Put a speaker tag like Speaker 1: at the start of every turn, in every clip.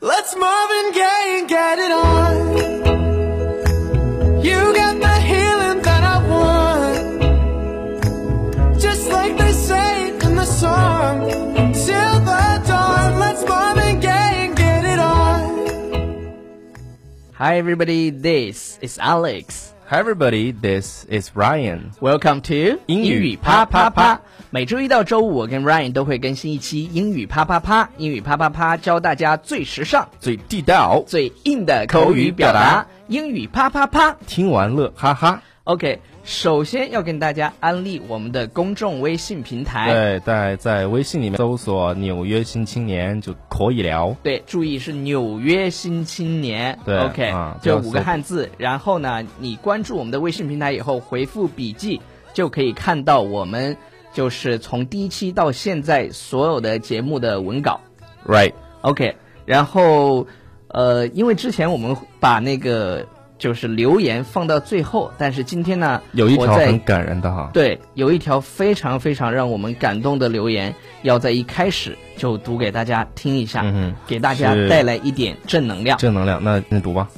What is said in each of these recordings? Speaker 1: Let's Marvin Gaye and get it on. You got the healing that I want. Just like they say in the song. Till the dawn, let's Marvin Gaye and get it on.
Speaker 2: Hi everybody, this is Alex.
Speaker 3: Hi everybody, this is Ryan。
Speaker 2: Welcome to
Speaker 3: 英语
Speaker 2: 啪
Speaker 3: 啪
Speaker 2: 啪
Speaker 3: 啪
Speaker 2: 啪
Speaker 3: 啪。
Speaker 2: 每周一到周五，我跟 Ryan 都会更新一期英语啪啪啪。英语啪啪啪教大家最时尚、
Speaker 3: 最地道，
Speaker 2: 最硬的口
Speaker 3: 口语
Speaker 2: 语表
Speaker 3: 表
Speaker 2: 达
Speaker 3: 达。
Speaker 2: 英语啪啪啪。
Speaker 3: 听完乐哈哈。
Speaker 2: OK，首先要跟大家安利我们的公众微信平台。
Speaker 3: 对，呃在在微信里面搜索“纽约新青年”就可以聊。
Speaker 2: 对，注意是纽约新青年。
Speaker 3: 对
Speaker 2: o k
Speaker 3: 啊
Speaker 2: 这
Speaker 3: 不要
Speaker 2: 五个
Speaker 3: 搜
Speaker 2: 汉字。然后呢，你关注我们的微信平台以后，回复笔记就可以看到我们就是从第一期到现在所有的节目的文稿。
Speaker 3: Right，
Speaker 2: OK，然后呃，因为之前我们把那个就是留言放到最后，但是今天呢，
Speaker 3: 有一条
Speaker 2: 我在
Speaker 3: 很感人的哈。
Speaker 2: 对，有一条非常非常让我们感动的留言，要在一开始就读给大家听一下，
Speaker 3: 嗯哼
Speaker 2: 给大家
Speaker 3: 是
Speaker 2: 带来一点正能量。
Speaker 3: 正能量，那你读吧。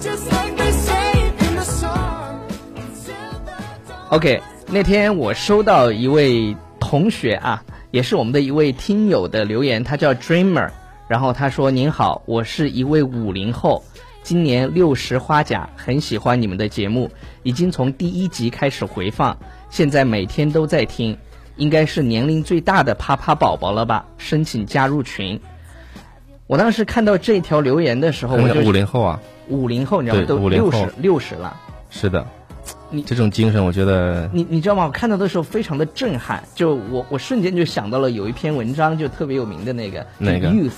Speaker 1: Just like they say in the song. Till the dawn.
Speaker 2: OK，那天我收到一位同学啊，也是我们的一位听友的留言，他叫 Dreamer，然后他说：“您好，我是一位五零后，今年六十花甲，很喜欢你们的节目，已经从第一集开始回放，现在每天都在听，应该是年龄最大的啪啪宝宝了吧？申请加入群。”我当时看到这条留言的时候，我
Speaker 3: 五
Speaker 2: 就
Speaker 3: 零后啊，
Speaker 2: 五零后，你知道
Speaker 3: 对
Speaker 2: 吗都
Speaker 3: 50
Speaker 2: 六
Speaker 3: 后
Speaker 2: 十六十了。
Speaker 3: 是的
Speaker 2: 你，
Speaker 3: 这种精神我觉得
Speaker 2: 你你知道吗？我看到的时候非常的震撼，就我我瞬间就想到了有一篇文章，就特别有名的那个
Speaker 3: 哪个
Speaker 2: 就 youth，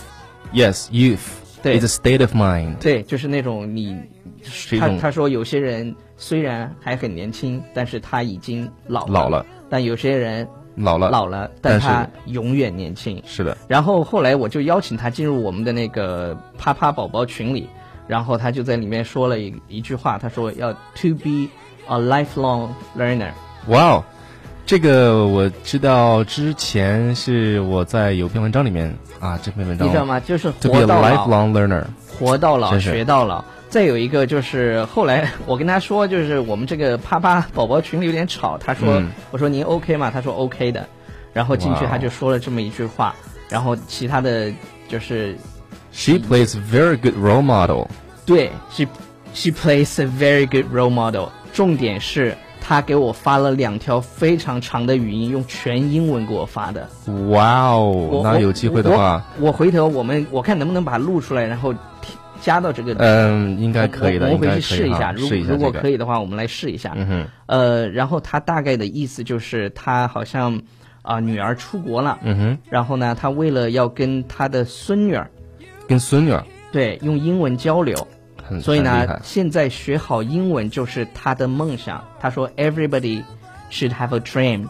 Speaker 3: ，Yes, youth
Speaker 2: 对
Speaker 3: is a state of mind，
Speaker 2: 对，就是那种你
Speaker 3: 是一
Speaker 2: 他
Speaker 3: 种
Speaker 2: 他说有些人虽然还很年轻，但是他已经老
Speaker 3: 老了，
Speaker 2: 但有些人
Speaker 3: 老了，
Speaker 2: 老了，但
Speaker 3: 但是
Speaker 2: 他永远年轻。
Speaker 3: 是的，
Speaker 2: 然后后来我就邀请他进入我们的那个啪啪宝宝群里，然后他就在里面说了一一句话，他说要 to be a lifelong learner。
Speaker 3: 哇哦，这个我知道，之前是我在有篇文章里面啊，这篇文章
Speaker 2: 你知道吗？就是
Speaker 3: To be
Speaker 2: 活
Speaker 3: a
Speaker 2: 到老
Speaker 3: lifelong learner，
Speaker 2: 活到老
Speaker 3: 真是
Speaker 2: 学到老。再有一个就是后来 我跟他说，就是我们这个啪啪宝宝群里有点吵，他说、
Speaker 3: 嗯
Speaker 2: 我说您 OK 吗？他说 OK 的，然后进去
Speaker 3: 哇哦
Speaker 2: 他就说了这么一句话，然后其他的就是。嗯
Speaker 3: She plays very good role model.
Speaker 2: 对，she she plays a very good role model。重点是她给我发了两条非常长的语音，用全英文给我发的。
Speaker 3: 哇哦
Speaker 2: 我，
Speaker 3: 那
Speaker 2: 我
Speaker 3: 有机会的话，
Speaker 2: 我，我回头我们我看能不能把它录出来，然后贴加到这个。
Speaker 3: 嗯，应
Speaker 2: 我
Speaker 3: 该可以
Speaker 2: 我
Speaker 3: 的，
Speaker 2: 我
Speaker 3: 应
Speaker 2: 回
Speaker 3: 该
Speaker 2: 去
Speaker 3: 可
Speaker 2: 试
Speaker 3: 以
Speaker 2: 一
Speaker 3: 哈
Speaker 2: 下，，如
Speaker 3: 试一下
Speaker 2: 如果
Speaker 3: 这
Speaker 2: 可
Speaker 3: 个。
Speaker 2: 以的话，我们来试一下。
Speaker 3: 嗯哼，
Speaker 2: 呃，然后他大概的意思就是，他好像啊、女儿出国了，
Speaker 3: 嗯哼，
Speaker 2: 然后呢，他为了要跟他的孙女儿
Speaker 3: 跟孙女儿
Speaker 2: 对用英文交流，
Speaker 3: 很
Speaker 2: 所
Speaker 3: 嗯
Speaker 2: 以
Speaker 3: 很厉
Speaker 2: 呢
Speaker 3: 害，
Speaker 2: 现在学好英文就是他的梦想。他说，Everybody should have a dream，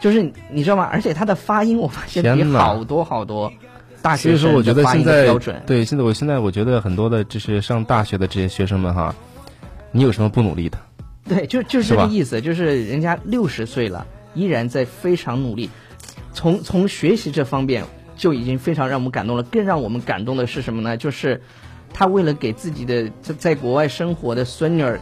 Speaker 2: 就是你知道吗？而且他的发音，我发现比
Speaker 3: 天哪
Speaker 2: 好多好多大
Speaker 3: 所
Speaker 2: 学
Speaker 3: 以说，
Speaker 2: 生
Speaker 3: 我觉
Speaker 2: 的
Speaker 3: 得
Speaker 2: 发
Speaker 3: 现
Speaker 2: 音的
Speaker 3: 在
Speaker 2: 标准。
Speaker 3: 对现在我现在我觉得很多的就是上大学的这些学生们哈，你有什么不努力的？
Speaker 2: 对，就就是
Speaker 3: 是
Speaker 2: 这个
Speaker 3: 吧
Speaker 2: 意思，就是人家六十岁了，依然在非常努力。从从学习这方面就已经非常让我们感动了。更让我们感动的是什么呢？就是他为了给自己的在在国外生活的孙女儿，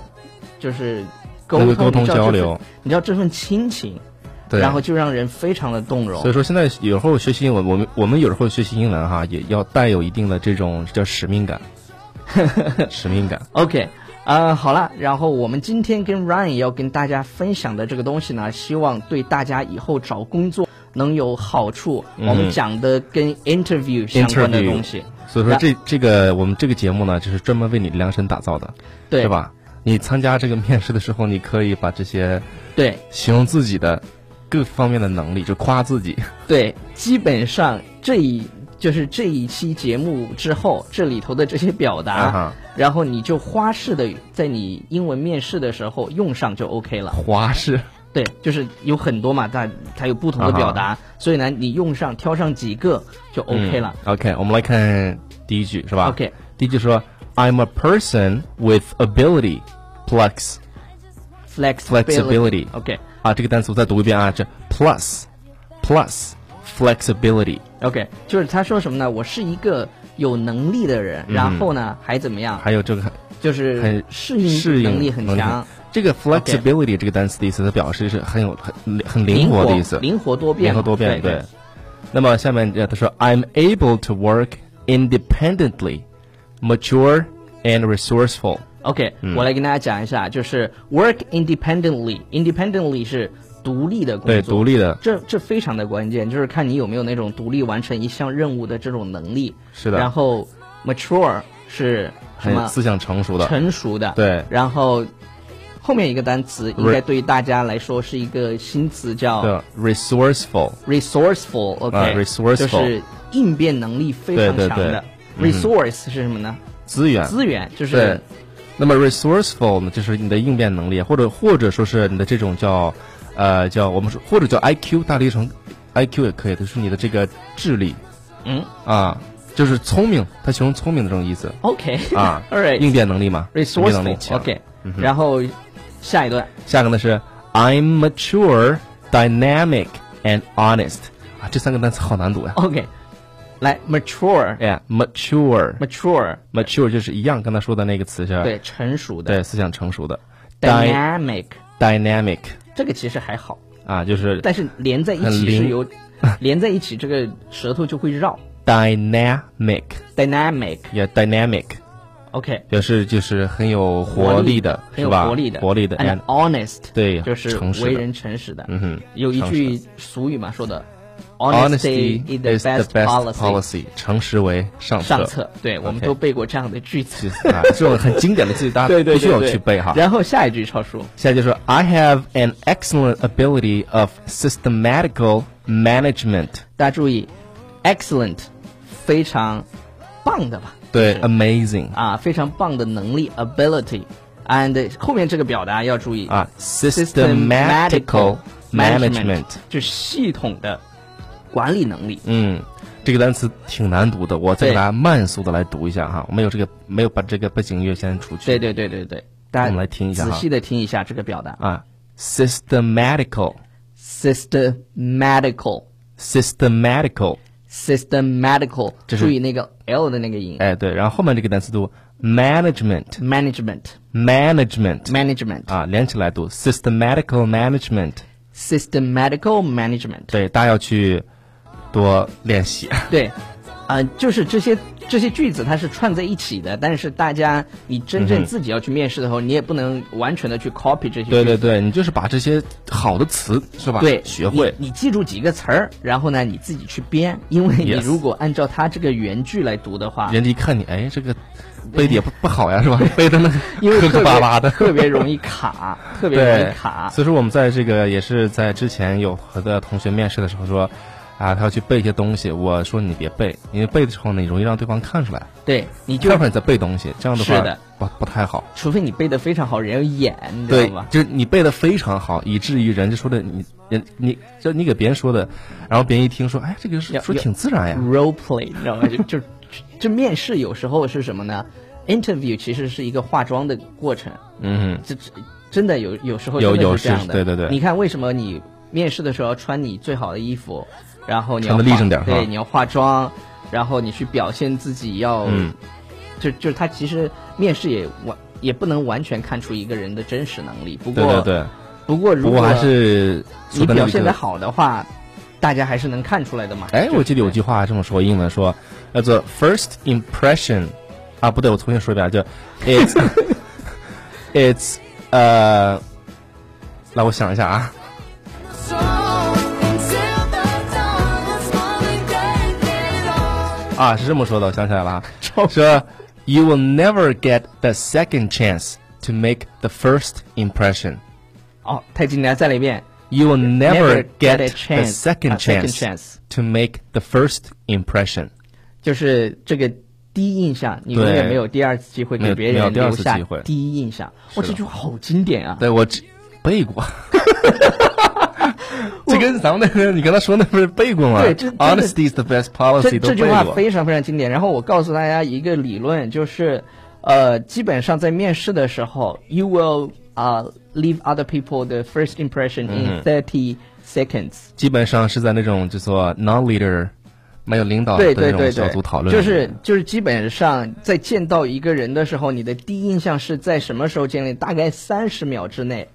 Speaker 2: 就是沟
Speaker 3: 能
Speaker 2: 通
Speaker 3: 够沟通
Speaker 2: 你知道这
Speaker 3: 交
Speaker 2: 份
Speaker 3: 流，
Speaker 2: 你知道这份亲情，
Speaker 3: 对，
Speaker 2: 然后就让人非常的动容
Speaker 3: 所以。说，现在有时候学习英文，我们我们有时候学习英文哈，也要带有一定的这种叫使命 感，使命感。
Speaker 2: OK，呃，好了，然后我们今天跟 Ryan 要跟大家分享的这个东西呢，希望对大家以后找工作能有好处。我们讲的跟 interview 相关的
Speaker 3: Interview
Speaker 2: 东西，
Speaker 3: 所以说这这个我们这个节目呢，就是专门为你量身打造的，
Speaker 2: 对
Speaker 3: 是？吧？你参加这个面试的时候，你可以把这些
Speaker 2: 对
Speaker 3: 形容自己的各方面的能力，就夸自己。
Speaker 2: 对，基本上这一就是这一期节目之后，这里头的这些表达，
Speaker 3: 啊哈
Speaker 2: 然后你就花式的在你英文面试的时候用上就 OK 了。
Speaker 3: 花式，
Speaker 2: 对，就是有很多嘛，它它有不
Speaker 3: 啊
Speaker 2: 同的表达，所以呢，你用上挑上几个就 OK 了。
Speaker 3: 嗯 OK，我们来看第一句是吧
Speaker 2: OK
Speaker 3: 第一句说，I'm a person with ability, plus
Speaker 2: flexibility。
Speaker 3: Flexibility
Speaker 2: OK，
Speaker 3: 啊，这个单词我再读一遍啊，这 plus plus flexibility。
Speaker 2: OK，就是他说什么呢？我是一个有能力的人，然后呢还怎么样？
Speaker 3: 还有这个
Speaker 2: 就是
Speaker 3: 嗯很
Speaker 2: 适应
Speaker 3: 适应
Speaker 2: 能力很
Speaker 3: 能力
Speaker 2: 强，
Speaker 3: 这个 flexibility 这个单词的意思，它表示是很有很很灵活的意思，
Speaker 2: 灵活多变
Speaker 3: 灵
Speaker 2: 嘛，
Speaker 3: 活多变。
Speaker 2: 对
Speaker 3: 对。那么下面呃他说，I'm able to work independently, mature and resourceful。
Speaker 2: OK，、我来
Speaker 3: 嗯
Speaker 2: 跟大家讲一下，就是 work independently，independently 是独立的工作，
Speaker 3: 对，独立的，
Speaker 2: 这这非常的关键，就是看你有没有那种独立完成一项任务的这种能力。
Speaker 3: 是的
Speaker 2: 然后 mature 是什
Speaker 3: 很
Speaker 2: 么？
Speaker 3: 思想成熟的。
Speaker 2: 成熟的。。
Speaker 3: 对，
Speaker 2: 然后后面一个单词应该对于大家来说是一个新词，叫
Speaker 3: 对，resourceful。
Speaker 2: resourceful。
Speaker 3: 啊
Speaker 2: OK。
Speaker 3: ，resourceful
Speaker 2: 就是应变能力非常
Speaker 3: 对对
Speaker 2: 强
Speaker 3: 对
Speaker 2: 的。resource 是什么呢？
Speaker 3: 资源，
Speaker 2: 资源，就是
Speaker 3: 对。那么 resourceful 呢，就是你的应变能力，或者或者说是你的这种叫，呃，叫我们说或者叫 IQ 大力成，IQ 也可以，就是你的这个智力
Speaker 2: 嗯
Speaker 3: 啊，就是聪明，它形容聪明的这种意思
Speaker 2: ，OK，
Speaker 3: 啊
Speaker 2: ，All right。
Speaker 3: 应变能力嘛应变能力
Speaker 2: resourceful
Speaker 3: 强。嗯
Speaker 2: OK，、然后下一段
Speaker 3: 下个呢是 I'm mature, dynamic and honest 啊，这三个单词好难读呀。
Speaker 2: OK，来 mature
Speaker 3: 哎呀，mature
Speaker 2: mature
Speaker 3: mature 就是一样，刚才说的那个词是，
Speaker 2: 对成熟的
Speaker 3: 对，思想成熟的。Dy-
Speaker 2: dynamic
Speaker 3: dynamic
Speaker 2: 这个其实还好，
Speaker 3: 啊，就是
Speaker 2: 但是连在一
Speaker 3: 很
Speaker 2: 起
Speaker 3: 灵
Speaker 2: 是有连在一起，这个舌头就会绕
Speaker 3: dynamic，
Speaker 2: dynamic
Speaker 3: 也 dynamic
Speaker 2: OK
Speaker 3: 表示就是很有活力的，
Speaker 2: 很
Speaker 3: 是
Speaker 2: 有
Speaker 3: 吧？
Speaker 2: 活力的
Speaker 3: 活力的
Speaker 2: and
Speaker 3: and
Speaker 2: honest
Speaker 3: 对
Speaker 2: 就是
Speaker 3: 诚实的
Speaker 2: 为人诚实的，
Speaker 3: 嗯哼
Speaker 2: 有一句俗语嘛说的 honesty
Speaker 3: honesty
Speaker 2: is the
Speaker 3: is the
Speaker 2: best
Speaker 3: best
Speaker 2: policy
Speaker 3: policy，诚实为上策。
Speaker 2: 上策，对我们
Speaker 3: OK
Speaker 2: 都背过这样的句
Speaker 3: 这
Speaker 2: 子，
Speaker 3: 是啊， 这种很经典的句子，大家
Speaker 2: 对对
Speaker 3: 必须啊
Speaker 2: 对
Speaker 3: 要
Speaker 2: 对
Speaker 3: 去背哈。
Speaker 2: 然后下一句超叔。
Speaker 3: 下一句说，I have an excellent ability of systematical management。
Speaker 2: 大家注意，excellent，非常棒的吧？
Speaker 3: 对，amazing
Speaker 2: 啊，非常棒的能力 ability，and 后面这个表达要注意
Speaker 3: 啊，systematical management。
Speaker 2: 就是系统的管理能力。
Speaker 3: 嗯，这个单词挺难读的，我再给
Speaker 2: 对
Speaker 3: 大家慢速的来读一下哈。我们有这个没有把这个背景音乐先除去。
Speaker 2: 对对对对对，大家
Speaker 3: 我们来听一下哈
Speaker 2: 仔细的听一下这个表达
Speaker 3: 啊，systematical
Speaker 2: ，systematical，systematical，
Speaker 3: systematical，这是
Speaker 2: 注意那个 l 的那个音
Speaker 3: 哎对，然后后面这个单词读 management
Speaker 2: ，management，management，
Speaker 3: management 啊，连起来读 systematical management。
Speaker 2: systematical management。
Speaker 3: 对，大家要去多练 习。
Speaker 2: 对，啊、就是这些这些句子它是串在一起的，但是大家你真正自己要去面试的时候，你也不能完全的去 copy 这些句子。
Speaker 3: 对对对，你就是把这些好的词是吧？
Speaker 2: 对，
Speaker 3: 学会。
Speaker 2: 你你记住几个词儿，然后呢你自己去编，因为你
Speaker 3: Yes
Speaker 2: 如果按照它这个原句来读的话，
Speaker 3: 人家一看你，哎，这个背的也不不好呀，是吧？背的那个
Speaker 2: 因为
Speaker 3: 磕
Speaker 2: 特
Speaker 3: 磕
Speaker 2: 别
Speaker 3: 巴巴的，
Speaker 2: 特别容易卡，特别容
Speaker 3: 对
Speaker 2: 易卡。
Speaker 3: 所以说我们在这个也是在之前有和的同学面试的时候说，啊，他要去背一些东西，我说你别背，因为背的时候呢，你容易让对方看出来，
Speaker 2: 对，你就
Speaker 3: 看出来你在背东西，这样话
Speaker 2: 是的
Speaker 3: 不不太好。
Speaker 2: 除非你背的非常好，人要演，你知
Speaker 3: 对
Speaker 2: 道吧，？
Speaker 3: 就是你背的非常好，以至于人家说的你人你就你给别人说的，然后别人一听说，哎，这个是
Speaker 2: 要嗯
Speaker 3: 说挺自然呀，
Speaker 2: role play，你知道吗？就就 就面试有时候是什么呢？interview 其实是一个化妆的过程，
Speaker 3: 嗯
Speaker 2: 这这真的有有时候
Speaker 3: 有
Speaker 2: 真的
Speaker 3: 有
Speaker 2: 是这样
Speaker 3: 是
Speaker 2: 的，
Speaker 3: 对对对
Speaker 2: 你看为什么你面试的时候要穿你最好的衣服，然后你要
Speaker 3: 穿得
Speaker 2: 化
Speaker 3: 立正点儿是吧
Speaker 2: 对，你要化妆，然后你去表现自己要，
Speaker 3: 嗯
Speaker 2: 就就是他其实面试也完也不能完全看出一个人的真实能力，不
Speaker 3: 对
Speaker 2: 过
Speaker 3: 对对，
Speaker 2: 不过如
Speaker 3: 不
Speaker 2: 果
Speaker 3: 过还是
Speaker 2: 你
Speaker 3: 说的那
Speaker 2: 表
Speaker 3: 个
Speaker 2: 现的好的话，大家还是能看出来的嘛。
Speaker 3: 哎，
Speaker 2: 就
Speaker 3: 我记得有句话这么说，英文说叫做 first impression，啊，不对，我重新说一遍， 就 it's it's 呃，来我想一下啊，
Speaker 1: So until that dawn, it's more than getting on.
Speaker 3: 啊是这么说的，我想起来了啊，说 you will never get the second chance to make the first impression。
Speaker 2: 哦，太经典了，再来一遍。
Speaker 3: You will never
Speaker 2: Never
Speaker 3: get
Speaker 2: get
Speaker 3: the
Speaker 2: a chance-
Speaker 3: second
Speaker 2: a second
Speaker 3: chance
Speaker 2: chance.
Speaker 3: to make the first impression。
Speaker 2: 就是这个第一印象，你永远
Speaker 3: 对
Speaker 2: 没有第二次机会
Speaker 3: 没
Speaker 2: 给
Speaker 3: 有
Speaker 2: 别
Speaker 3: 没有
Speaker 2: 人
Speaker 3: 第二
Speaker 2: 留
Speaker 3: 次
Speaker 2: 下
Speaker 3: 机会
Speaker 2: 第一印象。
Speaker 3: 是
Speaker 2: 哇，
Speaker 3: 的
Speaker 2: 这句话好经典啊！
Speaker 3: 对我 只背过， 这跟咱们那个你刚才说那不是背过吗？
Speaker 2: 对这真的
Speaker 3: honesty is the best
Speaker 2: 这
Speaker 3: policy 都
Speaker 2: 这
Speaker 3: 背
Speaker 2: 句话
Speaker 3: 过。
Speaker 2: 非常非常经典。然后我告诉大家一个理论，就是，呃，基本上在面试的时候，you
Speaker 3: 嗯
Speaker 2: will 啊、leave other people the first impression in thirty seconds。
Speaker 3: 基本上是在那种就说 non-leader 没有领导的
Speaker 2: 对
Speaker 3: 那
Speaker 2: 对
Speaker 3: 种
Speaker 2: 对
Speaker 3: 小
Speaker 2: 对，
Speaker 3: 组讨论，
Speaker 2: 就是就是基本上在见到一个人的时候，你的第一印象是在什么时候建立？大概三十秒之内。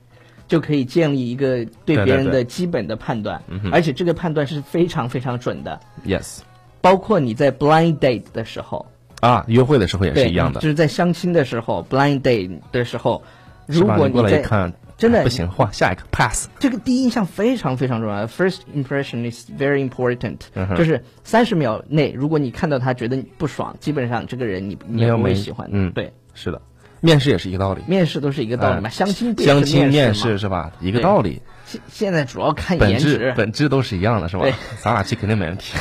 Speaker 2: 就可以建立一个对
Speaker 3: 对嗯
Speaker 2: 别人的
Speaker 3: 对
Speaker 2: 基本的判断，而且这个判断是非常非常准的。
Speaker 3: yes
Speaker 2: 包括你在 blind date 的时候，
Speaker 3: 啊，约会的时候也是
Speaker 2: 对，
Speaker 3: 一样的
Speaker 2: 就，是在相亲的时候 blind date 的时候，如
Speaker 3: 是吧
Speaker 2: 果
Speaker 3: 你过来
Speaker 2: 在
Speaker 3: 一看，哎
Speaker 2: 真的
Speaker 3: 不行，换下一个 pass，
Speaker 2: 这个第一印象非常非常重要，first impression is very important，、
Speaker 3: 嗯哼
Speaker 2: 就是三十秒内，如果你看到他觉得你不爽，基本上这个人你你
Speaker 3: 没
Speaker 2: 也
Speaker 3: 有
Speaker 2: 不会
Speaker 3: 没
Speaker 2: 喜欢的。
Speaker 3: 嗯
Speaker 2: 对，
Speaker 3: 是的，面试也是一个道理，
Speaker 2: 面试都是一个道理嘛，
Speaker 3: 哎
Speaker 2: 相亲不也是
Speaker 3: 相亲
Speaker 2: 面
Speaker 3: 面
Speaker 2: 试
Speaker 3: 试
Speaker 2: 嘛。
Speaker 3: 是吧？一个
Speaker 2: 对
Speaker 3: 道理，
Speaker 2: 现现在主要看
Speaker 3: 本
Speaker 2: 颜
Speaker 3: 质
Speaker 2: 值，
Speaker 3: 本质都是一样的，是吧
Speaker 2: 对？
Speaker 3: 咱俩去肯定没问题，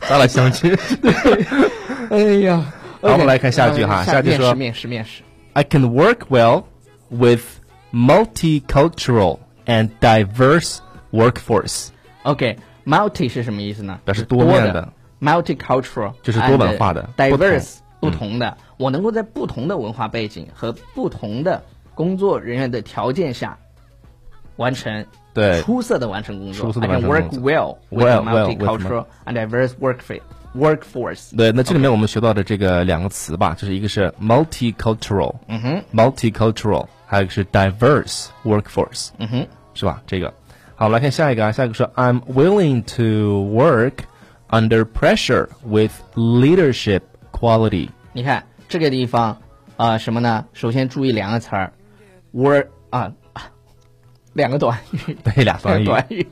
Speaker 3: 咱俩相亲。
Speaker 2: 哎呀。
Speaker 3: 好我们来看下一句哈下一句
Speaker 2: 面试
Speaker 3: 说
Speaker 2: 面试面试，
Speaker 3: I can work well with multicultural and diverse workforce，
Speaker 2: OK，multi 是什么意思呢？
Speaker 3: 表示
Speaker 2: 多
Speaker 3: 多面的
Speaker 2: 的，multicultural
Speaker 3: 就是多文化的
Speaker 2: and
Speaker 3: 不同嗯
Speaker 2: diverse 不同的，我能够在不同的文化背景和不同的工作人员的条件下完成
Speaker 3: 对
Speaker 2: 出色的完成工作。
Speaker 3: 出色地
Speaker 2: I can
Speaker 3: 完成
Speaker 2: work
Speaker 3: 工作
Speaker 2: well with
Speaker 3: Well,
Speaker 2: a
Speaker 3: well with
Speaker 2: multicultural and diverse work workforce。
Speaker 3: 对，那这里面我们学到的这个两个词吧，就是一个是 multicultural，嗯哼，multicultural，还有一个是 diverse workforce，嗯哼，是吧？这个，好，我们来看下一个啊，下一个是 I'm willing to work under pressure with leadership quality，
Speaker 2: 你看这个地方啊、呃什么呢？首先注意两个词儿，work 啊、啊两个短语，
Speaker 3: 对，俩短语，
Speaker 2: 短语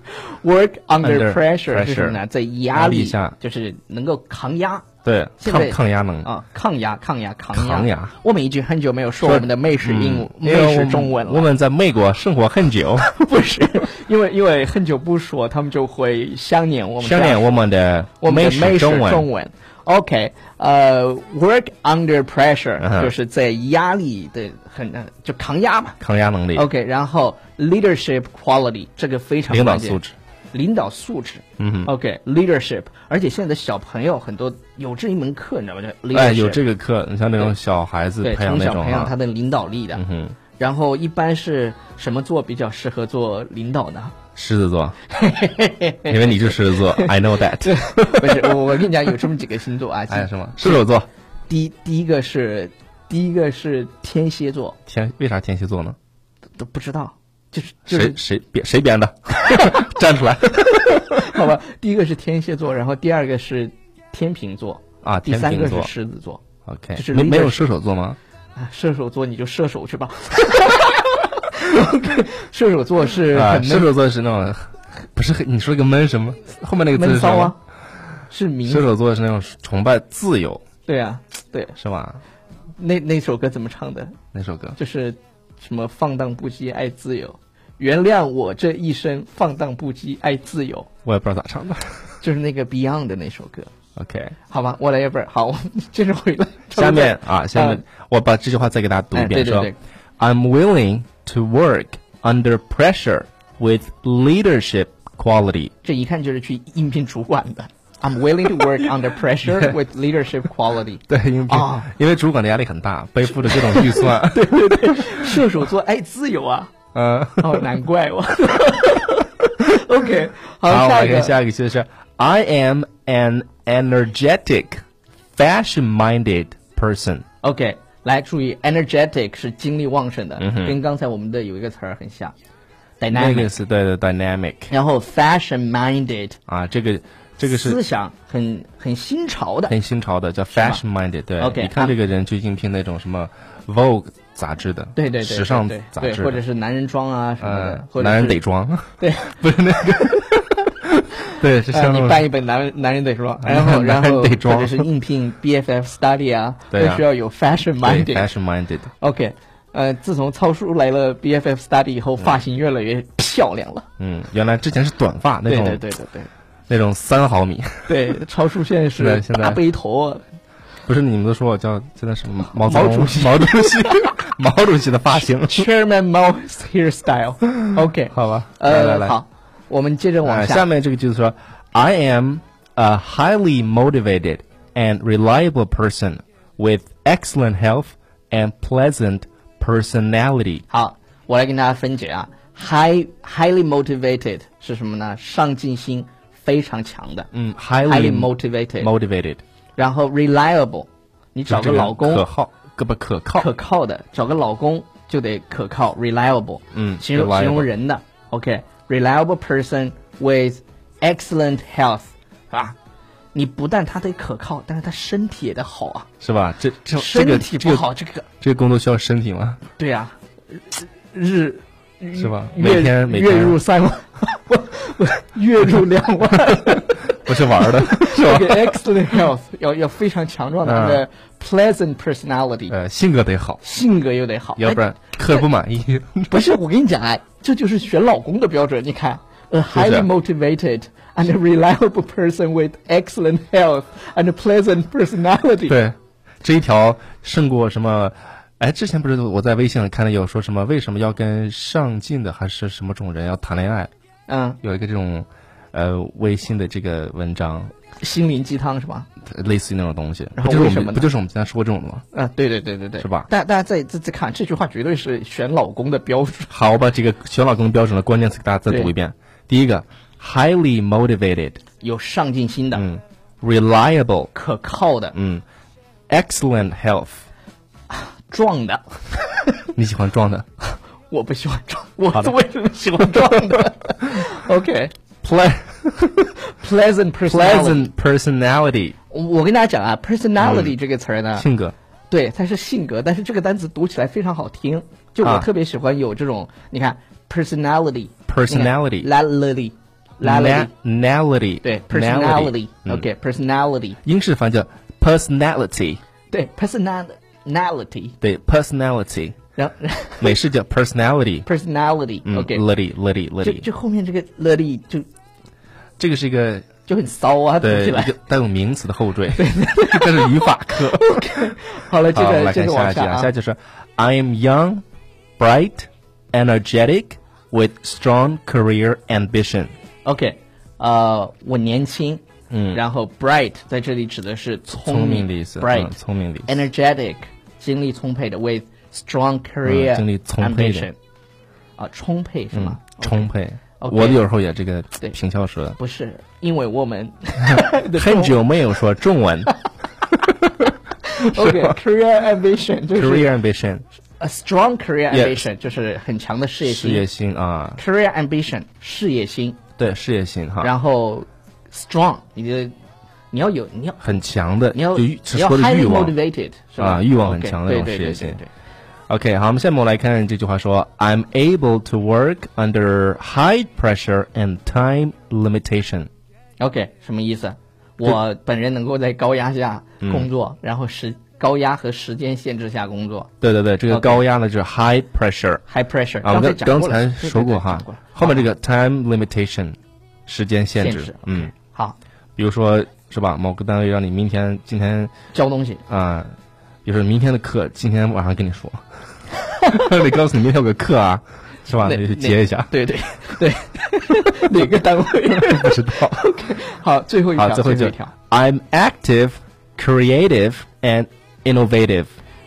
Speaker 2: ，work under
Speaker 3: Under
Speaker 2: pressure
Speaker 3: pressure
Speaker 2: 是什么呢？在
Speaker 3: 压
Speaker 2: 压
Speaker 3: 力
Speaker 2: 力
Speaker 3: 下
Speaker 2: 就是能够抗压。
Speaker 3: 对，
Speaker 2: 现在
Speaker 3: 抗抗压能，
Speaker 2: 啊，抗压，抗压，抗压，
Speaker 3: 抗压
Speaker 2: 我们已经很久没有说
Speaker 3: 说
Speaker 2: 我们的美式英文、
Speaker 3: 因为
Speaker 2: 美
Speaker 3: 我
Speaker 2: 式
Speaker 3: 们
Speaker 2: 中文
Speaker 3: 我
Speaker 2: 了。
Speaker 3: 们在美国生活很久，
Speaker 2: 不是，因为因为很久不说，他们就会想念我们这
Speaker 3: 想
Speaker 2: 样。
Speaker 3: 念我们的
Speaker 2: 我们的
Speaker 3: 式
Speaker 2: 中
Speaker 3: 中文，
Speaker 2: OK，呃，work under pressure、
Speaker 3: 嗯哼
Speaker 2: 就是在压力的很呃就抗压嘛。
Speaker 3: 抗压能力，
Speaker 2: OK，然后 leadership quality 这个非常
Speaker 3: 领导
Speaker 2: 关键
Speaker 3: 素质，
Speaker 2: 领导素质。
Speaker 3: 嗯哼
Speaker 2: OK，leadership，、而且现在的小朋友很多有这一门课，你知道吗？叫 leadership，、
Speaker 3: 哎，有这个课，你像那种
Speaker 2: 对
Speaker 3: 小孩子
Speaker 2: 对，
Speaker 3: 培养
Speaker 2: 从
Speaker 3: 那
Speaker 2: 小
Speaker 3: 种
Speaker 2: 培养他
Speaker 3: 啊，
Speaker 2: 的领导力的。
Speaker 3: 嗯哼，
Speaker 2: 然后一般是什么座比较适合做领导呢？
Speaker 3: 狮子 座，因为你是狮子座，I know that。哎
Speaker 2: 不是，我我跟你讲，有这么几个星 座啊。
Speaker 3: 还有什么？射手座，
Speaker 2: 第第一个是第一个是天蝎座，
Speaker 3: 天，为啥天蝎座呢？
Speaker 2: 都不知道，就是就
Speaker 3: 谁
Speaker 2: 是
Speaker 3: 谁编谁编的？站出来
Speaker 2: 好吧。第一个是天蝎座，然后第二个是天秤座，
Speaker 3: 啊！
Speaker 2: 第
Speaker 3: 天
Speaker 2: 三
Speaker 3: 秤
Speaker 2: 个是
Speaker 3: 座
Speaker 2: 狮子座。
Speaker 3: ，OK，
Speaker 2: 就是
Speaker 3: 没
Speaker 2: leader-
Speaker 3: 没有射手座吗？
Speaker 2: 啊，射手座你就射 手去吧。OK，射手座是
Speaker 3: 啊，
Speaker 2: 很
Speaker 3: 射
Speaker 2: 闷
Speaker 3: 手座是那种，不是很你说个闷什么？后面那个字
Speaker 2: 闷
Speaker 3: 是什
Speaker 2: 骚
Speaker 3: 么
Speaker 2: 啊？，是明
Speaker 3: 射手座是那种崇拜自由，
Speaker 2: 对啊，对，
Speaker 3: 是吧？
Speaker 2: 那那首歌怎么唱的？
Speaker 3: 那首歌
Speaker 2: 就是什么放荡不羁爱自由，原谅我这一生放荡不羁爱自由，
Speaker 3: 我也不知道咋唱的。
Speaker 2: 就是那个 Beyond 的那首歌，
Speaker 3: OK，
Speaker 2: 好吧，whatever，好，我 们接着回来，
Speaker 3: 下面啊，下面我把这句话再给大家读一
Speaker 2: 哎对
Speaker 3: 遍，
Speaker 2: 对
Speaker 3: 说
Speaker 2: 对
Speaker 3: ：“I'm willing to work under pressure with leadership quality。
Speaker 2: 这一看就是去应聘主管的。I'm willing to work under pressure with leadership quality。
Speaker 3: 对，因为、
Speaker 2: 啊
Speaker 3: 因为主管的压力很大，背负着各种预 算。对，
Speaker 2: 射手座爱自由啊，
Speaker 3: 嗯，
Speaker 2: 哦，难怪 我。OK，
Speaker 3: 好，
Speaker 2: 好，
Speaker 3: 我
Speaker 2: 下
Speaker 3: 们
Speaker 2: 一
Speaker 3: 看
Speaker 2: 个，
Speaker 3: 下一个就是 I am an energetic, fashion-minded person。
Speaker 2: OK，来注意，energetic 是精力旺盛的，
Speaker 3: 嗯哼
Speaker 2: 跟刚才我们的有一个词儿很像
Speaker 3: 那
Speaker 2: ，dynamic
Speaker 3: 个。是对的 dynamic
Speaker 2: 然后 fashion minded，
Speaker 3: 啊，这个这个
Speaker 2: 思
Speaker 3: 是
Speaker 2: 想很很新潮的。
Speaker 3: 很新潮的，叫 fashion-minded。对
Speaker 2: OK，
Speaker 3: 你看
Speaker 2: 啊
Speaker 3: 这个人去应聘那种什么 Vogue 杂志的，
Speaker 2: 对对对，对
Speaker 3: 时尚
Speaker 2: 对
Speaker 3: 杂
Speaker 2: 对
Speaker 3: 志的，
Speaker 2: 或者是男人装啊什么的
Speaker 3: 呃，，
Speaker 2: 或者
Speaker 3: 男人
Speaker 2: 是
Speaker 3: 得装，
Speaker 2: 对，
Speaker 3: 不是那个，对，是
Speaker 2: 呃
Speaker 3: 像那
Speaker 2: 你
Speaker 3: 种
Speaker 2: 办一本男人男人得装，然后然
Speaker 3: 男人
Speaker 2: 后
Speaker 3: 得
Speaker 2: 或
Speaker 3: 装
Speaker 2: 者是应聘 BFF study 啊，
Speaker 3: 对啊
Speaker 2: 都需要有 fashion
Speaker 3: 对
Speaker 2: minded。
Speaker 3: fashion-minded。
Speaker 2: OK，呃，自从超叔来了 BFF study 以后，发型越来越漂亮了。
Speaker 3: 嗯，原来之前是短发啊那
Speaker 2: 对
Speaker 3: 种
Speaker 2: 对对对对。
Speaker 3: 那种三毫米，
Speaker 2: 对， 超叔现在
Speaker 3: 现
Speaker 2: 是
Speaker 3: 在现在
Speaker 2: 大背头，啊
Speaker 3: 不是你们都说我叫现在什么毛泽
Speaker 2: 毛
Speaker 3: 东
Speaker 2: 主席
Speaker 3: 毛主席 毛主席的发型，
Speaker 2: Chairman Mao's hairstyle。OK，
Speaker 3: 好吧？来来
Speaker 2: 呃，
Speaker 3: 来，
Speaker 2: 好，我们接着往
Speaker 3: 呃，
Speaker 2: 下
Speaker 3: 下。面这个就是说，I am a highly motivated and reliable person with excellent health and pleasant personality。
Speaker 2: 好，我来跟大家分解啊。 high highly motivated 是什么呢？上进心非常强的，
Speaker 3: 嗯，highly
Speaker 2: ，highly motivated，
Speaker 3: motivated，
Speaker 2: 然后 reliable，你找
Speaker 3: 就
Speaker 2: 个
Speaker 3: 这
Speaker 2: 老公
Speaker 3: 可靠，可不可靠？
Speaker 2: 可靠的，找个老公就得可靠 reliable，
Speaker 3: 嗯
Speaker 2: 形容
Speaker 3: reliable
Speaker 2: 形容人的，OK，reliable、person with excellent health 啊，你不但他得可靠，但是他身体也得好啊，
Speaker 3: 是吧？这这这个
Speaker 2: 身体
Speaker 3: 这
Speaker 2: 不
Speaker 3: 个
Speaker 2: 好这个
Speaker 3: 这个工作需要身体吗？
Speaker 2: 对啊，日
Speaker 3: 是吧？
Speaker 2: 月
Speaker 3: 每天每
Speaker 2: 月
Speaker 3: 天
Speaker 2: 入三万， 不不月入两 万，
Speaker 3: 不是玩 儿的，是
Speaker 2: 这
Speaker 3: 吧？
Speaker 2: 个 excellent health 要要非常强壮的，
Speaker 3: 嗯
Speaker 2: 他的 pleasant personality，、
Speaker 3: 呃，性格得好，
Speaker 2: 性格又得好，哎
Speaker 3: 要不 然客人不满意。
Speaker 2: 不是，我跟你讲啊，这就是选老公的标准。你看，a
Speaker 3: 是
Speaker 2: highly motivated and a reliable person with excellent health and a pleasant personality。，
Speaker 3: 对，这一条胜过什么？哎，之前不是我在微信上看到有说什么为什么要跟上进的还是什么种人要谈恋爱？
Speaker 2: 嗯，
Speaker 3: 有一个这种呃微信的这个文章，呃
Speaker 2: 心灵鸡汤是吧？
Speaker 3: 类似于那种东西。
Speaker 2: 然
Speaker 3: 不
Speaker 2: 后
Speaker 3: 就是我
Speaker 2: 为什么
Speaker 3: 们
Speaker 2: 呢
Speaker 3: 不就是我们经常说过这种的吗？
Speaker 2: 啊，对对对对对，
Speaker 3: 是吧
Speaker 2: 大大家再再再看这句话，绝对是选老公的标准。
Speaker 3: 好，我把这个选老公标准的关键词给大家再读
Speaker 2: 对
Speaker 3: 一遍。第一个，highly motivated，
Speaker 2: 有上进心的，
Speaker 3: 嗯，reliable，
Speaker 2: 可靠的，
Speaker 3: 嗯，excellent health，
Speaker 2: 壮的。
Speaker 3: 你喜欢壮的
Speaker 2: 我不喜欢壮，我
Speaker 3: 的
Speaker 2: 为什么喜欢壮 的？OK，pleasant
Speaker 3: ，ple
Speaker 2: personality。
Speaker 3: pleasant 嗯 personality，
Speaker 2: 我我跟大家讲啊，personality 这个词儿呢，
Speaker 3: 性格，
Speaker 2: 对，它是性格，但是这个单词读起来非常好听，就我
Speaker 3: 啊
Speaker 2: 特别喜欢有这种，你看 personality
Speaker 3: Personality
Speaker 2: 你看 lality lality
Speaker 3: personality，
Speaker 2: 对
Speaker 3: personality，
Speaker 2: personality
Speaker 3: 嗯
Speaker 2: OK personality
Speaker 3: 英式翻译叫 personality，
Speaker 2: 对 personality
Speaker 3: 对 personality，
Speaker 2: 然后
Speaker 3: 美式叫 personality，
Speaker 2: personality
Speaker 3: 嗯
Speaker 2: OK
Speaker 3: ，lady lady
Speaker 2: 就
Speaker 3: lady，
Speaker 2: 就后面这个 lady 就
Speaker 3: 这个是一个
Speaker 2: 就很骚啊，读
Speaker 3: 对
Speaker 2: 起
Speaker 3: 一
Speaker 2: 来
Speaker 3: 个。带有名词的后缀， 这是语法 课。
Speaker 2: 好了，接
Speaker 3: 好，我们
Speaker 2: 着
Speaker 3: 来
Speaker 2: 接
Speaker 3: 看
Speaker 2: 着
Speaker 3: 下
Speaker 2: 往
Speaker 3: 一句啊，下
Speaker 2: 啊
Speaker 3: 一句是 I am young, bright, energetic, with strong career ambition。
Speaker 2: ，OK，呃，我年轻，嗯，然后 bright 在这里指的是
Speaker 3: 聪
Speaker 2: 聪
Speaker 3: 明的意思
Speaker 2: ，bright
Speaker 3: 嗯聪明的意思。
Speaker 2: energetic，精力充沛的，with strong career，、
Speaker 3: 嗯精力充沛的嗯
Speaker 2: ambition，啊，充沛是吗？
Speaker 3: 充沛。
Speaker 2: OK
Speaker 3: 我有时候也这个
Speaker 2: 对
Speaker 3: 平翘舌，
Speaker 2: 不是，因为 我们的
Speaker 3: 很久没有说中 文
Speaker 2: OK，career ambition 就是
Speaker 3: career ambition
Speaker 2: a strong career
Speaker 3: Yeah
Speaker 2: ambition，就是很强的事业
Speaker 3: 事
Speaker 2: 心。
Speaker 3: 业心啊，
Speaker 2: career ambition 事业心，
Speaker 3: 对事业心哈，
Speaker 2: 然后 strong 你的你要有你要
Speaker 3: 很强的，
Speaker 2: 你要
Speaker 3: 就欲
Speaker 2: 你要
Speaker 3: 说的
Speaker 2: highly
Speaker 3: 欲望。
Speaker 2: motivated 是吧
Speaker 3: 啊欲望很
Speaker 2: OK，
Speaker 3: 强的那种
Speaker 2: 对对
Speaker 3: 事业
Speaker 2: 对
Speaker 3: 心
Speaker 2: 对对
Speaker 3: OK，好，我们下面我们来看这句话说：I'm able to work under high pressure and time limitation。
Speaker 2: OK，什么意思？我本人能够在高压下
Speaker 3: 嗯
Speaker 2: 工作，然后时高压和时间限制下工作
Speaker 3: 对对对，这个
Speaker 2: OK
Speaker 3: 高压呢就是 high pressure。
Speaker 2: ，high pressure。
Speaker 3: 啊，我
Speaker 2: 才
Speaker 3: 们
Speaker 2: 讲
Speaker 3: 刚
Speaker 2: 过了
Speaker 3: 才说过哈，后面这个 time limitation 时间限
Speaker 2: 限
Speaker 3: 制，
Speaker 2: 制
Speaker 3: 嗯，
Speaker 2: 好
Speaker 3: 比如说是吧，某个单位让你明天今天
Speaker 2: 交东西，
Speaker 3: 啊，比如说明天的课，今天晚上跟你 说，得告诉你明天有个课啊，是吧？
Speaker 2: 哪
Speaker 3: 你去截一下，
Speaker 2: 对对对， 哪个单位？
Speaker 3: 不知道。
Speaker 2: 好，最后一
Speaker 3: 好，
Speaker 2: 条，
Speaker 3: 后
Speaker 2: 最
Speaker 3: 一句
Speaker 2: 后一条
Speaker 3: ，I'm active, creative and innovative。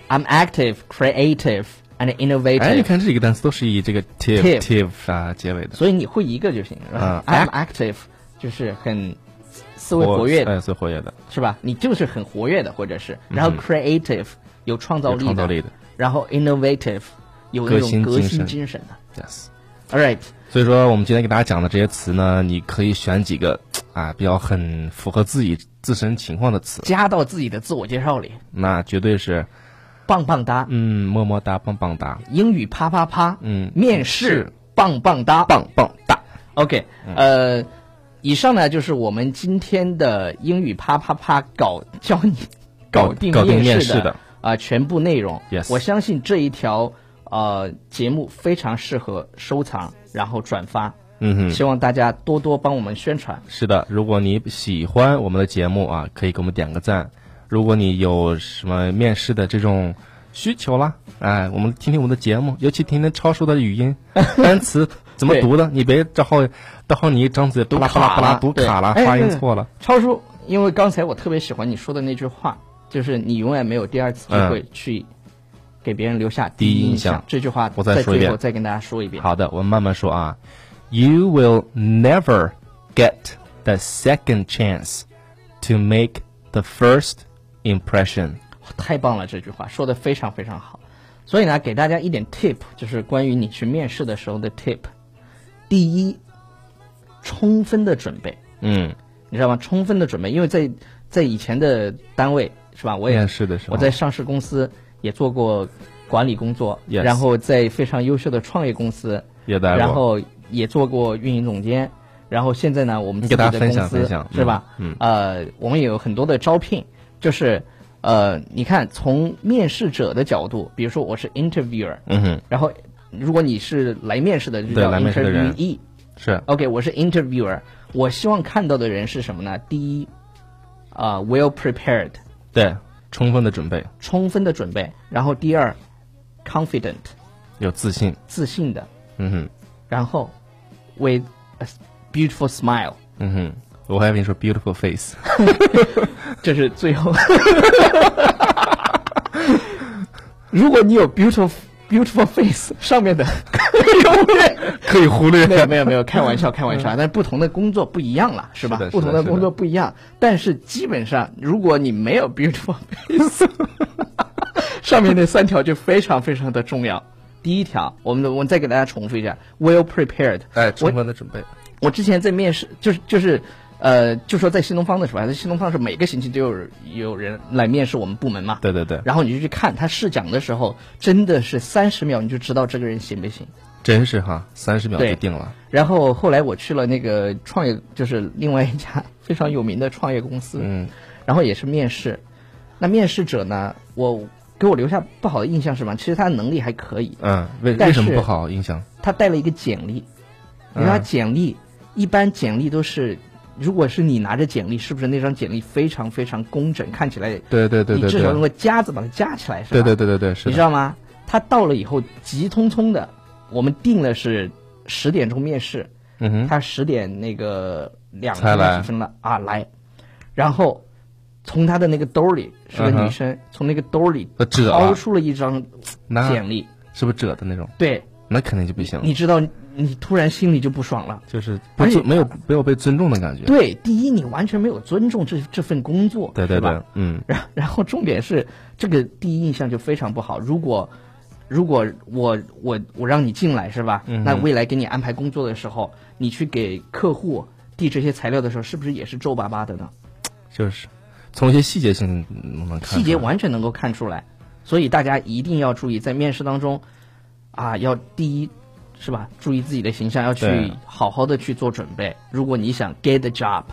Speaker 2: ，I'm active, creative and
Speaker 3: 哎，你
Speaker 2: innovative。
Speaker 3: 看这几个单词都是以这个
Speaker 2: Tive
Speaker 3: tive tive 啊结尾的，
Speaker 2: 所以你会一个就行，是吧
Speaker 3: 嗯
Speaker 2: ？I'm active 就是很思维活跃的，
Speaker 3: 哎，最活跃的，
Speaker 2: 是吧？你就是很活跃的，或者是，然后 creative 有创造
Speaker 3: 嗯有
Speaker 2: 力
Speaker 3: 创
Speaker 2: 的，
Speaker 3: 造力的
Speaker 2: 然后 innovative 有那
Speaker 3: 革新
Speaker 2: 种革
Speaker 3: 精
Speaker 2: 新
Speaker 3: 神
Speaker 2: 精神的。
Speaker 3: ，yes。
Speaker 2: All right，
Speaker 3: 所以说，我们今天给大家讲的这些词呢，你可以选几个啊比较很符合自己自身情况的词，
Speaker 2: 加到自己的自我介绍里，
Speaker 3: 那绝对是
Speaker 2: 棒棒哒，
Speaker 3: 嗯么么哒棒棒哒
Speaker 2: 英语啪啪啪，
Speaker 3: 嗯
Speaker 2: 面试
Speaker 3: 是
Speaker 2: 棒棒哒，
Speaker 3: 棒棒哒。嗯
Speaker 2: OK，呃，以上呢就是我们今天的英语啪啪啪搞教你
Speaker 3: 搞
Speaker 2: 定
Speaker 3: 搞定面
Speaker 2: 面
Speaker 3: 试的
Speaker 2: 的啊、全部内容。
Speaker 3: Yes
Speaker 2: 我相信这一条呃节目非常适合收藏，然后转发。
Speaker 3: 嗯哼
Speaker 2: 希望大家多多帮我们宣传。
Speaker 3: 是的，如果你喜欢我们的节目啊，可以给我们点个赞。如果你有什么面试的这种需求啦，哎，我们听听我们的节目，尤其听听超叔的语 音单词怎么
Speaker 2: 对
Speaker 3: 读的，你别到后到后你一张嘴读啦啪啦啪啦读
Speaker 2: 对
Speaker 3: 卡了，
Speaker 2: 哎
Speaker 3: 发音
Speaker 2: 对
Speaker 3: 错了。
Speaker 2: 超叔，因为刚才我特别喜欢你说的那句话，就是你永远没有第二次机会去给别人留下
Speaker 3: 嗯第一
Speaker 2: 一
Speaker 3: 印
Speaker 2: 印
Speaker 3: 象
Speaker 2: 这句话
Speaker 3: 我再
Speaker 2: 在
Speaker 3: 说一
Speaker 2: 最
Speaker 3: 遍
Speaker 2: 后再跟大家说一遍。
Speaker 3: 好的，我们慢慢说啊。You will never get the second chance to make the first impression。
Speaker 2: 太棒了，这句话说的非常非常好。所以呢，给大家一点 tip，就是关于你去面试的时候的 tip。第一，充分的准备，
Speaker 3: 嗯，
Speaker 2: 你知道吗？充分的准备，因为在在以前的单位是吧，我也
Speaker 3: 面试的时候
Speaker 2: 我在上市公司也做过管理工作
Speaker 3: Yes
Speaker 2: 然后在非常优秀的创业公司
Speaker 3: 也待过
Speaker 2: 然后也做过运营总监，然后现在呢，我们自己
Speaker 3: 给大
Speaker 2: 的
Speaker 3: 家
Speaker 2: 公
Speaker 3: 分享
Speaker 2: 司
Speaker 3: 分享
Speaker 2: 是吧？
Speaker 3: 嗯
Speaker 2: 呃，我们也有很多的招聘，就是呃，你看从面试者的角度，比如说我是 interviewer，
Speaker 3: 嗯哼，
Speaker 2: 然后如果你是来面试的，就
Speaker 3: 对
Speaker 2: 叫
Speaker 3: 来面试的人
Speaker 2: interviewee。
Speaker 3: 是
Speaker 2: OK，我是 interviewer，我希望看到的人是什么呢？第一，啊、w e l l prepared，
Speaker 3: 对充分的准备，
Speaker 2: 充分的准备；然后第二，confident，
Speaker 3: 有自信。
Speaker 2: 自信的；
Speaker 3: 嗯哼，
Speaker 2: 然后，with a beautiful smile，
Speaker 3: 嗯哼，我还以为你说 beautiful face。
Speaker 2: 这是最后。 如果你有 beautiful beautiful face，上 面的永远
Speaker 3: 可以忽略
Speaker 2: 没有没有没有，开玩笑开玩嗯笑，但是不同的工作不一样了，是吧？
Speaker 3: 是的是的
Speaker 2: 不同
Speaker 3: 是
Speaker 2: 的
Speaker 3: 的
Speaker 2: 工作不一样，但是基本上，如果你没有 beautiful face，上面那三条就非常非常的重要。第一条，我们的我再给大家重复一下，well prepared，
Speaker 3: 哎，
Speaker 2: 我
Speaker 3: 充分的准备。
Speaker 2: 我之前在面试，就是就是，呃，就说在新东方的时候，在新东方是每个星期都有有人来面试我们部门嘛。
Speaker 3: 对对对，
Speaker 2: 然后你就去看他试讲的时候，真的是三十秒你就知道这个人行不行。
Speaker 3: 真是哈，三十秒就
Speaker 2: 对
Speaker 3: 定了。
Speaker 2: 然后后来我去了那个创业，就是另外一家 非常有名的创业公司，
Speaker 3: 嗯，
Speaker 2: 然后也是面试。那面试者呢，我给我留下不好的印象是什么？其实他能力还可以，
Speaker 3: 嗯，为
Speaker 2: 但
Speaker 3: 为什么
Speaker 2: 是
Speaker 3: 不好印象？
Speaker 2: 他带了一个简历，你看他
Speaker 3: 嗯
Speaker 2: 简历、一般简历都是，如果是你拿着简历，是不是那张简历非常非常工整，看起来
Speaker 3: 对对对
Speaker 2: 你
Speaker 3: 对
Speaker 2: 至少用
Speaker 3: 对，
Speaker 2: 个夹子把它夹起来，是吧？
Speaker 3: 对对对对对，是
Speaker 2: 你知
Speaker 3: 的。
Speaker 2: 道吗？他到了以后急匆匆的，我们定了是十点钟面试，
Speaker 3: 嗯哼，
Speaker 2: 他十点那个两
Speaker 3: 才
Speaker 2: 分
Speaker 3: 来
Speaker 2: 几分了啊来，然后从他的那个兜里是个
Speaker 3: 嗯哼
Speaker 2: 女生，从那个兜里
Speaker 3: 他褶
Speaker 2: 掏
Speaker 3: 了，
Speaker 2: 出了一张
Speaker 3: 啊那嗯
Speaker 2: 简历，
Speaker 3: 是不是褶的那种？
Speaker 2: 对，
Speaker 3: 那肯定就不行了
Speaker 2: 你，知道你突然心里就不爽了。
Speaker 3: 就是不
Speaker 2: 而且
Speaker 3: 尊没有没有被尊重的感觉。
Speaker 2: 对，第一，你完全没有尊重这这份工作，
Speaker 3: 对对
Speaker 2: 是吧
Speaker 3: 对，嗯，
Speaker 2: 然然后重点是这个第一印象就非常不好。如果如果我我我让你进来是吧？
Speaker 3: 嗯哼
Speaker 2: 那未来给你安排工作的时候，你去给客户递这些材料的时候，是不是也是皱巴巴的呢？
Speaker 3: 就是从一些细节性能看出来
Speaker 2: 细节完全能够看出来，所以大家一定要注意，在面试当中啊，要第一是吧？注意自己的形象，要去
Speaker 3: 对
Speaker 2: 好好的去做准备。如果你想 get the job，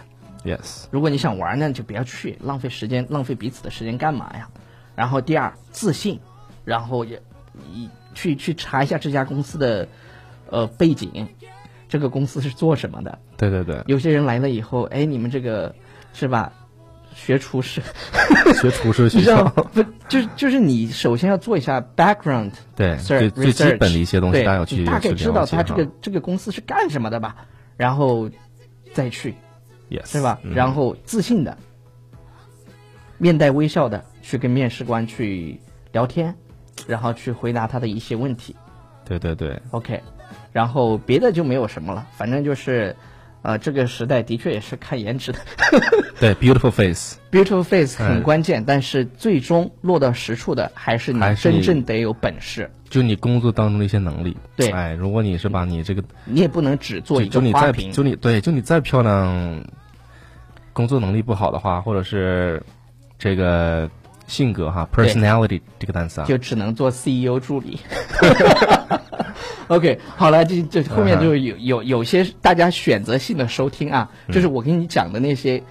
Speaker 3: ，yes，
Speaker 2: 如果你想玩呢，就不要去，浪费时间，浪费彼此的时间干嘛呀？然后第二，自信，然后也一去去查一下这家公司的呃背景，这个公司是做什么的？
Speaker 3: 对对 对，
Speaker 2: 有些人来了以后，哎，你们这个是吧？学 厨师，
Speaker 3: 学厨师
Speaker 2: 你
Speaker 3: 学
Speaker 2: 知道吗
Speaker 3: 校，？
Speaker 2: 不， 就是就是你首先要做一下 background
Speaker 3: 对，最
Speaker 2: research，
Speaker 3: 最基本的一些东西，
Speaker 2: 对
Speaker 3: 大家要去
Speaker 2: 你大概
Speaker 3: 去
Speaker 2: 知
Speaker 3: 了
Speaker 2: 道
Speaker 3: 解
Speaker 2: 他这个
Speaker 3: 哈
Speaker 2: 这个公司是干什么的吧，然后再去。
Speaker 3: ，yes，
Speaker 2: 是吧？
Speaker 3: 嗯
Speaker 2: 然后自信的，面带微笑的去跟面试官去聊天，然后去回答他的一些问题。
Speaker 3: 对对对，
Speaker 2: OK，然后别的就没有什么了，反正就是，呃，这个时代的确也是看颜值的
Speaker 3: 对，beautiful face，
Speaker 2: ，beautiful face
Speaker 3: 嗯
Speaker 2: 很关键，但是最终落到实处的还是你
Speaker 3: 还是你
Speaker 2: 真正得有本事，
Speaker 3: 就你工作当中的一些能力。
Speaker 2: 对
Speaker 3: 哎，如果你是把你这个，
Speaker 2: 你也不能只做
Speaker 3: 就
Speaker 2: 一
Speaker 3: 就
Speaker 2: 个
Speaker 3: 你
Speaker 2: 花
Speaker 3: 再
Speaker 2: 瓶
Speaker 3: 就。你对，就你再漂亮，工作能力不好的话，或者是这个性格哈
Speaker 2: 对
Speaker 3: ，personality 这个单词啊，
Speaker 2: 就只能做 CEO 助理。OK，好了，这这后面就有有有些大家选择性的收听啊，就是我跟你讲的那些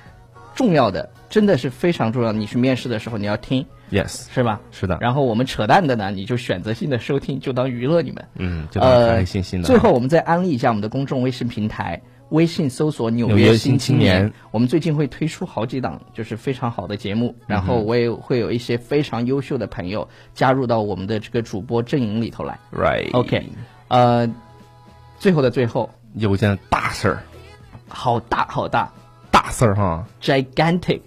Speaker 2: 重要的，真的是非常重要。你去面试的时候你要听，
Speaker 3: yes，
Speaker 2: 是吧？
Speaker 3: 是的，
Speaker 2: 然后我们扯淡的呢，你就选择性的收听，就当娱乐你们。
Speaker 3: 嗯，就蛮开
Speaker 2: 呃，
Speaker 3: 开心心的。
Speaker 2: 最后，我们再安利一下我们的公众微信平台，微信搜索“纽
Speaker 3: 纽约
Speaker 2: 约
Speaker 3: 新
Speaker 2: 新
Speaker 3: 青
Speaker 2: 青
Speaker 3: 年
Speaker 2: 年”。我们最近会推出好几档就是非常好的节
Speaker 3: 嗯
Speaker 2: 目，然后我也会有一些非常优秀的朋友加入到我们的这个主播阵营里头来。
Speaker 3: ，right，OK，
Speaker 2: OK，呃，最后的最后，
Speaker 3: 有件大事儿，
Speaker 2: 好大好大，
Speaker 3: 大字儿 哈
Speaker 2: gigantic，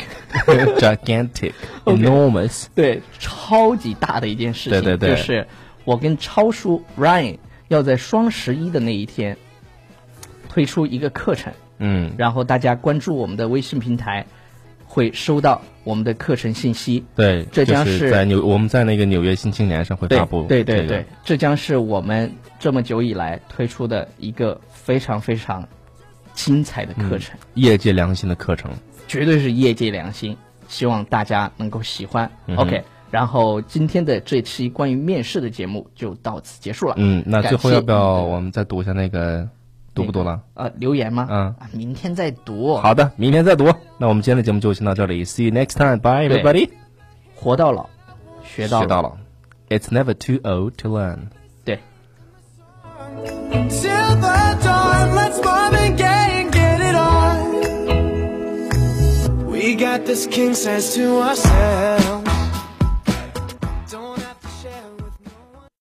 Speaker 3: ，gigantic、enormous，
Speaker 2: 对，超级大的一件事情，
Speaker 3: 对对对
Speaker 2: 就是我跟超叔 Ryan 要在双十一的那一天推出一个课程，
Speaker 3: 嗯，
Speaker 2: 然后大家关注我们的微信平台，会收到我们的课程信息。
Speaker 3: 对，
Speaker 2: 这将
Speaker 3: 就是在纽，我们在那个纽约新青年上会
Speaker 2: 对
Speaker 3: 发布、这
Speaker 2: 对
Speaker 3: 个，
Speaker 2: 对对，这将是我们这么久以来推出的一个非常非常精彩的
Speaker 3: 嗯
Speaker 2: 课程，
Speaker 3: 业界良心的课程，
Speaker 2: 绝对是业界良心，希望大家能够喜欢。OK，然
Speaker 3: 嗯
Speaker 2: 后今天的这期关于面试的节目就到此结束了。
Speaker 3: 嗯，那
Speaker 2: 感
Speaker 3: 最后
Speaker 2: 谢
Speaker 3: 要不要
Speaker 2: 你的
Speaker 3: 我们再读一下那个，读不读了？
Speaker 2: 呃，留言吗？
Speaker 3: 嗯
Speaker 2: 啊，明天再读。，
Speaker 3: 好的，明天再读。那我们今天的节目就先到这里，See you next time，bye
Speaker 2: 对
Speaker 3: everybody。
Speaker 2: 活到老，学到
Speaker 3: 学
Speaker 2: 老。
Speaker 3: 到了，It's never too old to learn。
Speaker 2: 对。
Speaker 1: till the dawn. Let's mom and gay and get it on. We got this king size to ourselves.